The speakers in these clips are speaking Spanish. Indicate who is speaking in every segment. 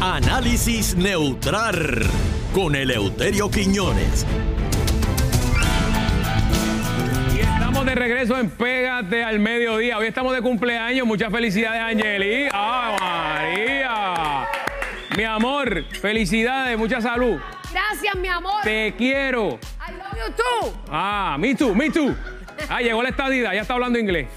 Speaker 1: Análisis neutral con Eleuterio Quiñones.
Speaker 2: Y estamos de regreso en Pégate al Mediodía. Hoy estamos de cumpleaños. Muchas felicidades, Angeli. ¡Ah, María! Mi amor, felicidades, mucha salud.
Speaker 3: Gracias, mi amor.
Speaker 2: Te quiero.
Speaker 3: I love you too.
Speaker 2: Ah, me too, me too. Ah, llegó la estadida, ya está hablando inglés.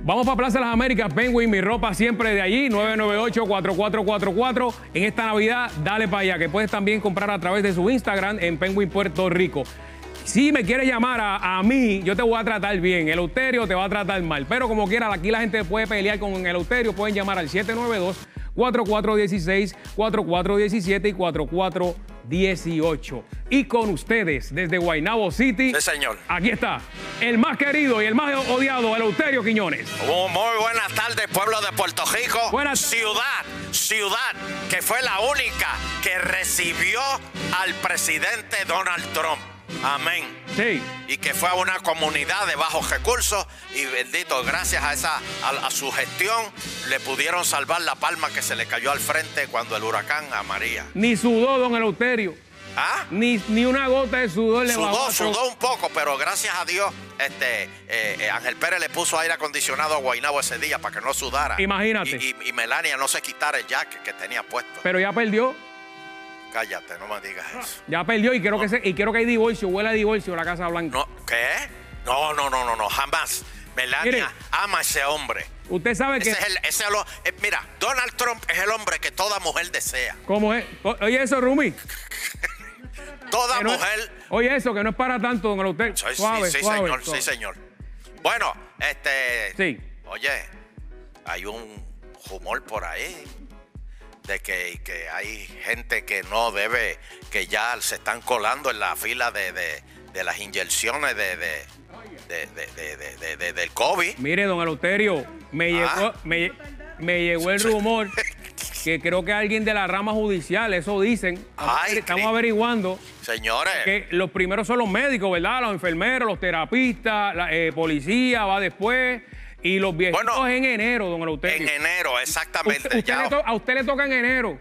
Speaker 2: Vamos para Plaza de las Américas, Penguin, mi ropa siempre de allí, 998-4444. En esta Navidad, dale para allá, que puedes también comprar a través de su Instagram en Penguin Puerto Rico. Si me quieres llamar a, a mí, yo te voy a tratar bien. El Euterio te va a tratar mal. Pero como quiera, aquí la gente puede pelear con el Euterio. Pueden llamar al 792 4416, 4417 y 4418. Y con ustedes, desde Guaynabo City.
Speaker 4: Sí, señor.
Speaker 2: Aquí está, el más querido y el más odiado, Eleuterio Quiñones.
Speaker 4: Oh, Muy buenas tardes, pueblo de Puerto Rico.
Speaker 2: Buenas-
Speaker 4: Ciudad, ciudad que fue la única que recibió al presidente Donald Trump. Amén.
Speaker 2: Sí.
Speaker 4: Y que fue a una comunidad de bajos recursos y bendito, gracias a esa a, a su gestión le pudieron salvar la palma que se le cayó al frente cuando el huracán a María.
Speaker 2: Ni sudó, don Eleuterio.
Speaker 4: ¿Ah?
Speaker 2: Ni, ni una gota de sudor le bajó
Speaker 4: Sudó,
Speaker 2: a Trump.
Speaker 4: sudó un poco, pero gracias a Dios, este eh, eh, Ángel Pérez le puso aire acondicionado a Guainabo ese día para que no sudara.
Speaker 2: Imagínate.
Speaker 4: Y, y- y Melania no se quitara el jacket que tenía puesto.
Speaker 2: Pero ya perdió.
Speaker 4: Cállate, no me digas eso.
Speaker 2: Ya perdió y quiero que se, y quiero que hay divorcio, huele a divorcio en la Casa Blanca.
Speaker 4: No, ¿Qué? No, no, no, no, no, jamás. Melania
Speaker 2: Mire.
Speaker 4: ama a ese hombre.
Speaker 2: Usted sabe que
Speaker 4: Ese es el, ese es lo- eh, mira, Donald Trump es el hombre que toda mujer desea.
Speaker 2: como es. O- Oye eso, Rumi.
Speaker 4: Toda
Speaker 2: que no es-
Speaker 4: mujer
Speaker 2: oye eso, que no es para tanto, don Eleuterio.
Speaker 4: Sí, sí,
Speaker 2: Suave,
Speaker 4: sí,
Speaker 2: suave,
Speaker 4: señor,
Speaker 2: suave.
Speaker 4: sí, señor. Bueno, este.
Speaker 2: Sí.
Speaker 4: Oye, hay un rumor por ahí de que, que hay gente que no debe, que ya se están colando en la fila de, de- de las inyecciones de, de- de- de- de- de- de- de- del COVID.
Speaker 2: Mire, don Eleuterio, me llegó,
Speaker 4: Ah.
Speaker 2: me, me llegó el rumor que creo que alguien de la rama judicial, eso dicen. Estamos
Speaker 4: Ay,
Speaker 2: averi- estamos
Speaker 4: Cristo.
Speaker 2: averiguando
Speaker 4: Señores,
Speaker 2: que los primeros son los médicos, ¿verdad? Los enfermeros, los terapistas, la eh, policía va después. Y los viejitos
Speaker 4: Bueno,
Speaker 2: en enero, don Eleuterio.
Speaker 4: en enero, exactamente.
Speaker 2: Usted- usted
Speaker 4: ya-
Speaker 2: le to- a usted le toca en enero.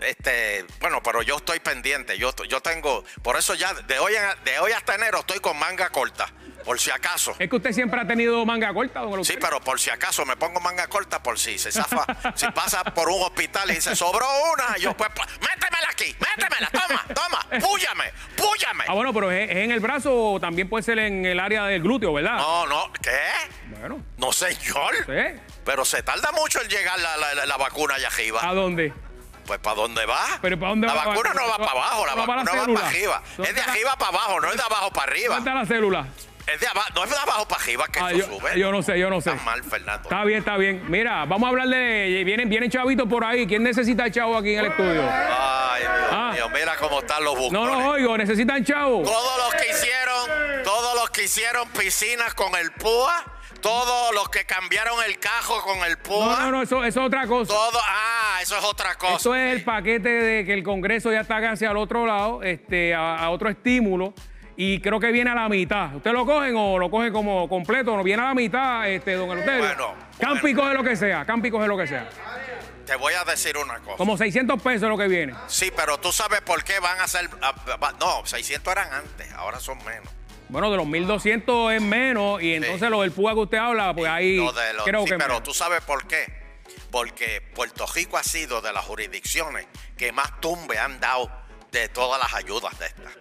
Speaker 4: Este, bueno, pero yo estoy pendiente, yo, to- yo tengo, por eso ya de hoy, en- de hoy hasta enero estoy con manga corta, por si acaso.
Speaker 2: Es que usted siempre ha tenido manga corta, don
Speaker 4: Sí,
Speaker 2: Eleuterio.
Speaker 4: pero por si acaso me pongo manga corta, por si se zafa, si pasa por un hospital y dice, sobró una, yo pues, pa- métemela aquí, métemela, toma, toma, púllame, púllame.
Speaker 2: Ah, bueno, pero es, es en el brazo o también puede ser en el área del glúteo, ¿verdad?
Speaker 4: No, no, ¿qué?
Speaker 2: Bueno,
Speaker 4: No, señor.
Speaker 2: ¿sí?
Speaker 4: Pero se tarda mucho en llegar la, la- la- la vacuna allá
Speaker 2: ¿A
Speaker 4: arriba.
Speaker 2: dónde?
Speaker 4: Pues, ¿para dónde va?
Speaker 2: Ah. Pero, ¿pa' dónde
Speaker 4: la
Speaker 2: va la
Speaker 4: vacuna
Speaker 2: vacuna?
Speaker 4: no va para abajo, la
Speaker 2: Va para la
Speaker 4: vacuna va
Speaker 2: célula.
Speaker 4: para arriba.
Speaker 2: ¿Dónde
Speaker 4: Es de
Speaker 2: está?
Speaker 4: arriba para abajo, no es de abajo para arriba.
Speaker 2: ¿Dónde está la célula?
Speaker 4: Es de abajo, no es de abajo para arriba que
Speaker 2: Ah,
Speaker 4: eso
Speaker 2: yo,
Speaker 4: sube.
Speaker 2: yo no sé, yo no sé.
Speaker 4: Está mal, Fernando.
Speaker 2: Está bien, está bien. Mira, vamos a hablar de. Vienen, vienen chavitos por ahí. ¿Quién necesita chavo aquí en el estudio?
Speaker 4: Ay, Dios
Speaker 2: Ah.
Speaker 4: mío, mira cómo están los buscones.
Speaker 2: No los oigo, necesitan chavo.
Speaker 4: Todos los que hicieron, todos los que hicieron piscinas con el púa, todos los que cambiaron el cajo con el
Speaker 2: No,
Speaker 4: púa,
Speaker 2: no, no, eso, eso es otra cosa.
Speaker 4: todo, ah, eso es otra cosa.
Speaker 2: Eso es el paquete de que el Congreso ya está casi al otro lado, este, a, a otro estímulo. Y creo que viene a la mitad. ¿Usted lo cogen o lo cogen como completo? No viene a la mitad, este, don Eleuterio.
Speaker 4: Bueno,
Speaker 2: Campi
Speaker 4: bueno.
Speaker 2: coge lo que sea, Campi coge lo que sea.
Speaker 4: Te voy a decir una cosa.
Speaker 2: Como 600 pesos lo que viene.
Speaker 4: Sí, pero tú sabes por qué van a ser, ah, va- no, 600 eran antes, ahora son menos.
Speaker 2: Bueno, de los 1200 es menos. Y entonces lo del PUA que usted habla, pues ahí.
Speaker 4: Lo de los-
Speaker 2: creo
Speaker 4: sí,
Speaker 2: que
Speaker 4: pero
Speaker 2: menos.
Speaker 4: tú sabes por qué. Porque Puerto Rico ha sido de las jurisdicciones que más tumbe han dado de todas las ayudas de estas.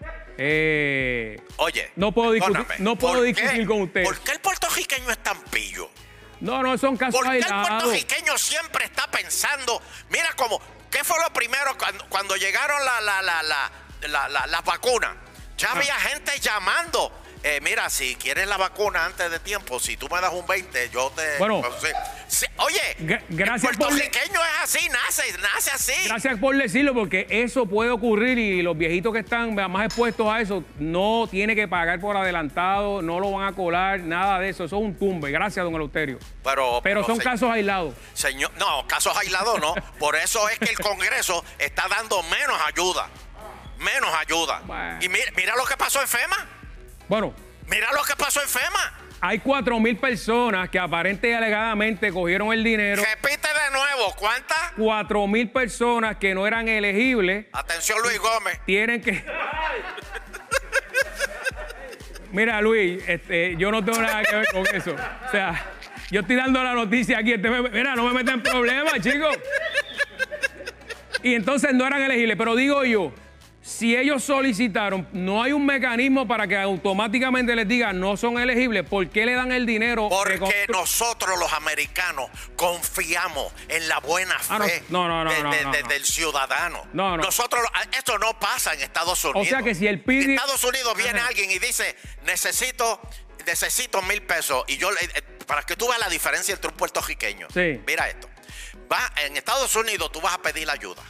Speaker 2: Eh,
Speaker 4: Oye,
Speaker 2: No puedo discutir-
Speaker 4: perdóname,
Speaker 2: no puedo
Speaker 4: ¿por
Speaker 2: discutir con usted.
Speaker 4: ¿Por qué el puertorriqueño es tan pillo?
Speaker 2: no, no, son casos
Speaker 4: ¿Por qué el
Speaker 2: aislados.
Speaker 4: puertorriqueño siempre está pensando? Mira cómo, ¿qué fue lo primero cuando, cuando llegaron la- la- la- la- la- la- las vacunas?
Speaker 2: Ah.
Speaker 4: Ya había gente llamando. eh, mira, si quieres la vacuna antes de tiempo, si tú me das un 20, yo te...
Speaker 2: Bueno.
Speaker 4: no sé. Sí, oye,
Speaker 2: Gra- gracias
Speaker 4: el
Speaker 2: por le-
Speaker 4: puertorriqueño es así, nace, nace así.
Speaker 2: Gracias por decirlo, porque eso puede ocurrir y los viejitos que están más expuestos a eso no tiene que pagar por adelantado, no lo van a colar, nada de eso. Eso es un tumbe. Gracias, don Eleuterio.
Speaker 4: Pero,
Speaker 2: Pero son
Speaker 4: se-
Speaker 2: casos aislados.
Speaker 4: Señor, no, casos aislados no. Por eso es que el Congreso está dando menos ayuda. Menos ayuda.
Speaker 2: Bueno.
Speaker 4: Y mira, mira lo que pasó en FEMA.
Speaker 2: Bueno,
Speaker 4: Mira lo que pasó en FEMA.
Speaker 2: Hay 4.000 personas que aparente y alegadamente cogieron el dinero.
Speaker 4: Repite de nuevo, ¿cuántas?
Speaker 2: 4.000 personas que no eran elegibles
Speaker 4: Atención, Luis Gómez.
Speaker 2: tienen que. Mira, Luis, este, yo no tengo nada que ver con eso. O sea, yo estoy dando la noticia aquí. este me- mira, no me metan en problemas, chicos. Y entonces no eran elegibles. Pero digo yo, si ellos solicitaron, no hay un mecanismo para que automáticamente les diga no son elegibles. ¿Por qué le dan el dinero? de
Speaker 4: Porque
Speaker 2: constru-
Speaker 4: nosotros los americanos confiamos en la buena fe
Speaker 2: Ah, no. No, no, no,
Speaker 4: de-
Speaker 2: no,
Speaker 4: de-
Speaker 2: no,
Speaker 4: de-
Speaker 2: no.
Speaker 4: del ciudadano.
Speaker 2: No, no.
Speaker 4: Nosotros, esto no pasa en Estados Unidos.
Speaker 2: sea que si el pide-
Speaker 4: En Estados Unidos viene
Speaker 2: Ajá.
Speaker 4: alguien y dice, necesito, necesito mil pesos. Y yo, le- eh, para que tú veas la diferencia entre un puertorriqueño.
Speaker 2: Sí.
Speaker 4: Mira esto. Va, en Estados Unidos tú vas a pedir la ayuda.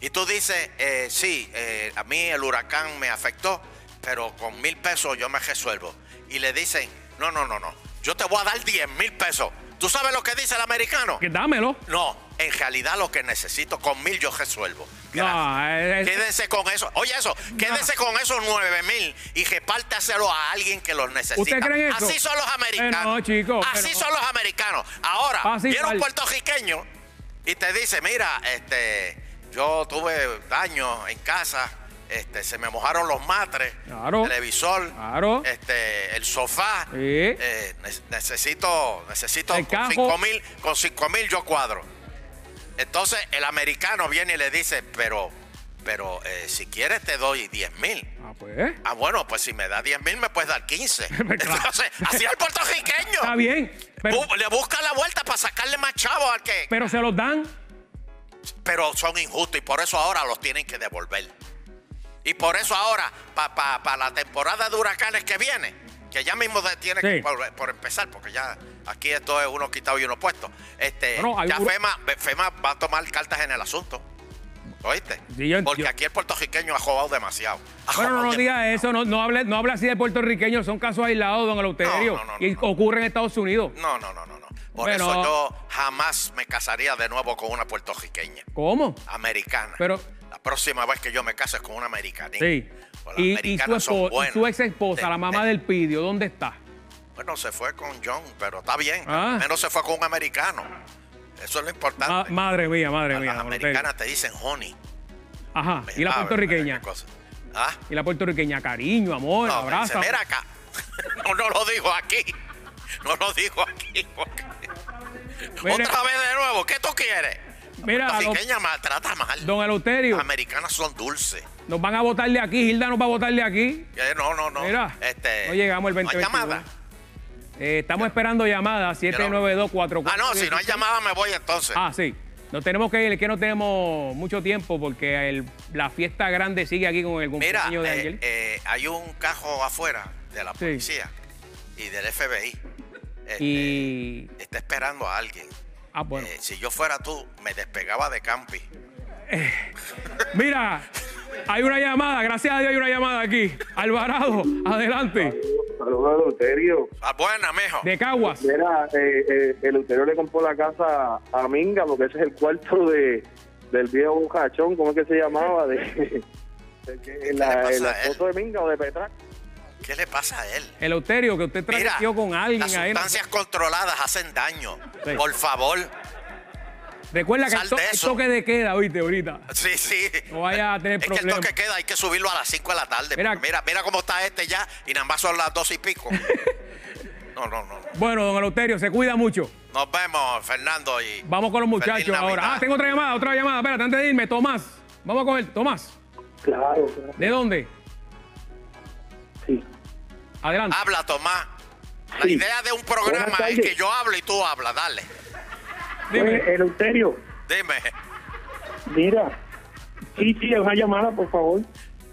Speaker 4: Y tú dices, eh, sí, eh, a mí el huracán me afectó, pero con mil pesos yo me resuelvo. Y le dicen, no, no, no, no, yo te voy a dar diez mil pesos. ¿Tú sabes lo que dice el americano?
Speaker 2: Que dámelo.
Speaker 4: No, en realidad lo que necesito, con mil yo resuelvo. Gracias.
Speaker 2: No, es- es-
Speaker 4: Quédese con eso. Oye, eso. Quédese con esos nueve mil y repártaselo a alguien que los necesita.
Speaker 2: ¿Usted cree en eso?
Speaker 4: Así son los americanos.
Speaker 2: Eh, no, chico,
Speaker 4: Así
Speaker 2: pero-
Speaker 4: son los americanos. Ahora,
Speaker 2: Pasa
Speaker 4: viene
Speaker 2: igual.
Speaker 4: un puertorriqueño y te dice, mira, este, yo tuve daño en casa, este, se me mojaron los matres,
Speaker 2: Claro.
Speaker 4: el televisor,
Speaker 2: Claro.
Speaker 4: este, el sofá.
Speaker 2: Sí.
Speaker 4: eh, ne- necesito, necesito
Speaker 2: El
Speaker 4: con
Speaker 2: cajo.
Speaker 4: cinco mil, con cinco mil yo cuadro. Entonces el americano viene y le dice, pero, pero eh, si quieres te doy 10 mil.
Speaker 2: Ah, pues.
Speaker 4: Ah, bueno, pues si me da 10 mil me puedes dar 15.
Speaker 2: Claro.
Speaker 4: Entonces, así es el puertorriqueño.
Speaker 2: Está bien. Pero,
Speaker 4: Bu- le busca la vuelta para sacarle más chavo al que...
Speaker 2: pero se los dan.
Speaker 4: Pero son injustos y por eso ahora los tienen que devolver. Y por eso ahora, para la temporada de huracanes que viene, que ya mismo de- tiene
Speaker 2: Sí.
Speaker 4: que por, por empezar, porque ya aquí esto es uno quitado y uno puesto. Este,
Speaker 2: No, no, hay
Speaker 4: ya
Speaker 2: hura-
Speaker 4: FEMA, FEMA va a tomar cartas en el asunto. ¿Oíste?
Speaker 2: Sí, yo-
Speaker 4: porque
Speaker 2: yo-
Speaker 4: aquí el puertorriqueño ha jugado demasiado. Ha
Speaker 2: Bueno, no,
Speaker 4: jugado
Speaker 2: no diga
Speaker 4: demasiado.
Speaker 2: eso, no, no, hable, no hable así de puertorriqueños, son casos aislados, don Eleuterio,
Speaker 4: No, no, no,
Speaker 2: y
Speaker 4: no, no.
Speaker 2: ocurre en Estados Unidos.
Speaker 4: No, no, no, no. no. Por
Speaker 2: Bueno.
Speaker 4: eso yo jamás me casaría de nuevo con una puertorriqueña.
Speaker 2: ¿Cómo?
Speaker 4: americana.
Speaker 2: Pero-
Speaker 4: la próxima vez que yo me case es con una americana.
Speaker 2: Sí.
Speaker 4: Pues las
Speaker 2: Y, y su,
Speaker 4: americanas son
Speaker 2: espo- y
Speaker 4: buenas.
Speaker 2: su ex esposa,
Speaker 4: De-
Speaker 2: la mamá
Speaker 4: de-
Speaker 2: del Pidio, ¿dónde está?
Speaker 4: Bueno, se fue con John, pero está bien.
Speaker 2: Ah.
Speaker 4: Al menos se fue con un americano. Eso es lo
Speaker 2: Ma-
Speaker 4: importante.
Speaker 2: Ah, madre mía, madre
Speaker 4: Ah, A
Speaker 2: mía.
Speaker 4: las
Speaker 2: don Eleuterio.
Speaker 4: americanas te dicen honey.
Speaker 2: Ajá, y la
Speaker 4: Ah,
Speaker 2: puertorriqueña.
Speaker 4: qué cosa. ¿Ah?
Speaker 2: Y la puertorriqueña, cariño, amor,
Speaker 4: No, me dice,
Speaker 2: abrazo.
Speaker 4: "Mira acá. no, no lo dijo aquí. No lo dijo aquí. porque-
Speaker 2: Mire.
Speaker 4: Otra vez de nuevo, ¿qué tú quieres? La
Speaker 2: Mira, a los-
Speaker 4: puertorriqueña maltrata mal.
Speaker 2: Don Eleuterio,
Speaker 4: Las americanas son dulces.
Speaker 2: nos van a votar de aquí, Hilda nos va a votar de aquí.
Speaker 4: Eh, No, no, no.
Speaker 2: Mira,
Speaker 4: Este,
Speaker 2: no llegamos el
Speaker 4: ¿no hay
Speaker 2: 2022.
Speaker 4: llamada?
Speaker 2: Eh, estamos esperando llamadas, 792
Speaker 4: Ah, no, si no hay llamada me voy entonces.
Speaker 2: Ah, sí. Nos tenemos que ir, es que no tenemos mucho tiempo porque el- la fiesta grande sigue aquí con el
Speaker 4: Mira,
Speaker 2: cumpleaños de
Speaker 4: eh,
Speaker 2: Ángel.
Speaker 4: eh, hay un cajo afuera de la
Speaker 2: Sí.
Speaker 4: policía y del FBI. Este,
Speaker 2: y.
Speaker 4: Está esperando a alguien.
Speaker 2: Ah, bueno.
Speaker 4: Eh, si yo fuera tú, me despegaba de Campi.
Speaker 2: Mira, hay una llamada, gracias a Dios hay una llamada aquí. Alvarado, adelante.
Speaker 5: Saludos, Eleuterio.
Speaker 4: Ah, buena, mijo.
Speaker 2: De Caguas.
Speaker 5: Mira, eh, eh, Eleuterio le compró la casa a Minga porque ese es el cuarto de del viejo bocachón, ¿cómo es que se llamaba? De, de que-
Speaker 4: le
Speaker 5: la,
Speaker 4: pasa
Speaker 5: el
Speaker 4: a él?
Speaker 5: esposo de Minga o de Petrac.
Speaker 4: ¿Qué le pasa a él?
Speaker 2: Eleuterio, que usted
Speaker 4: Mira,
Speaker 2: trajeció con alguien
Speaker 4: las
Speaker 2: ahí.
Speaker 4: sustancias controladas hacen daño.
Speaker 2: Sí.
Speaker 4: Por favor.
Speaker 2: Recuerda que el,
Speaker 4: sal
Speaker 2: to-
Speaker 4: de
Speaker 2: el
Speaker 4: eso.
Speaker 2: toque de queda, oíste, ahorita.
Speaker 4: Sí, sí.
Speaker 2: No vaya a tener
Speaker 4: es
Speaker 2: problemas.
Speaker 4: que el toque queda, hay que subirlo a las 5 de la tarde.
Speaker 2: Mira-
Speaker 4: Mira, mira, mira cómo está este ya y nada más son las 2 y pico. no, no, no.
Speaker 2: Bueno, don Eleuterio, se cuida mucho.
Speaker 4: Nos vemos, Fernando. Y
Speaker 2: Vamos con los
Speaker 4: Feliz
Speaker 2: muchachos ahora.
Speaker 4: Navidad.
Speaker 2: Ah, tengo otra llamada, otra llamada. Espérate, antes de irme, Tomás. Vamos con él. Tomás,
Speaker 5: Claro,
Speaker 2: ¿de dónde?
Speaker 5: sí.
Speaker 2: Adelante.
Speaker 4: Habla, Tomás. La
Speaker 5: Sí.
Speaker 4: idea de un programa
Speaker 5: Buenas
Speaker 4: es
Speaker 5: tardes.
Speaker 4: que yo hablo y tú hablas. Dale, Ah,
Speaker 2: Dime.
Speaker 4: pues,
Speaker 5: Eleuterio,
Speaker 4: dime.
Speaker 5: mira. Sí, sí, una llamada, por favor.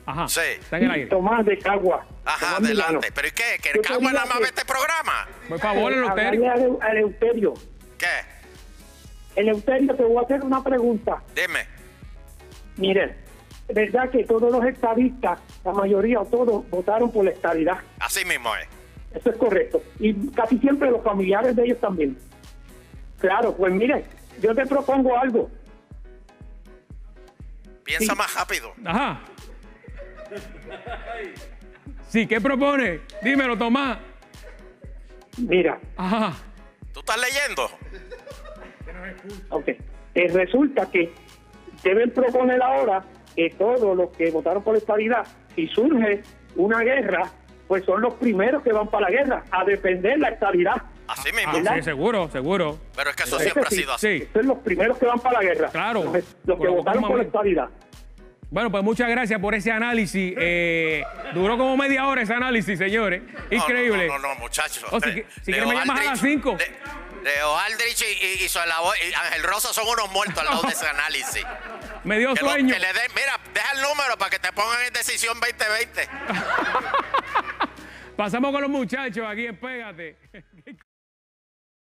Speaker 2: Ajá.
Speaker 4: Sí.
Speaker 2: Está en el aire.
Speaker 5: Tomás de Cagua.
Speaker 4: Ajá, adelante. ¿Pero y qué? ¿Que el
Speaker 5: Yo te
Speaker 4: Cagua
Speaker 5: digo
Speaker 4: nada más
Speaker 5: que-
Speaker 4: ve este programa?
Speaker 2: Por favor, Eleuterio.
Speaker 5: a Eleuterio.
Speaker 4: ¿Qué?
Speaker 5: Eleuterio, te voy a hacer una pregunta.
Speaker 4: Dime.
Speaker 5: Miren, verdad que todos los estadistas, la mayoría o todos, votaron por la estabilidad.
Speaker 4: Así mismo es.
Speaker 5: Eso es correcto. Y casi siempre los familiares de ellos también. Claro, pues mire, yo te propongo algo.
Speaker 4: Piensa más rápido.
Speaker 2: Ajá. Sí, ¿qué propone? Dímelo, Tomás.
Speaker 6: Mira,
Speaker 2: Ajá.
Speaker 4: ¿Tú estás leyendo?
Speaker 6: ok. Eh, resulta que deben proponer ahora que todos los que votaron por la estabilidad, si surge una guerra, pues son los primeros que van para la guerra a defender la estabilidad.
Speaker 4: Así
Speaker 2: Ah,
Speaker 4: mismo.
Speaker 6: ¿Verdad?
Speaker 2: sí, seguro, seguro.
Speaker 4: Pero es que eso
Speaker 6: Eso
Speaker 4: siempre ha
Speaker 6: sí.
Speaker 4: sido así.
Speaker 2: Sí.
Speaker 6: Son los primeros que van para la guerra.
Speaker 2: Claro.
Speaker 6: Los, los que
Speaker 2: Por
Speaker 6: votaron por la
Speaker 2: algún
Speaker 6: estabilidad.
Speaker 2: Bueno, pues muchas gracias por ese análisis. Eh, duró como media hora ese análisis, señores.
Speaker 4: No,
Speaker 2: Increíble.
Speaker 4: No, no, no, muchachos.
Speaker 2: Oh, si que- si quieres me llamas a las cinco.
Speaker 4: Leo Aldrich y, y- y Solabo- y Ángel Rosa son unos muertos al lado de ese análisis.
Speaker 2: Me dio
Speaker 4: Que lo-
Speaker 2: sueño.
Speaker 4: que le den- mira, deja el número para que te pongan en decisión 2020.
Speaker 2: Pasamos con los muchachos aquí en Pégate.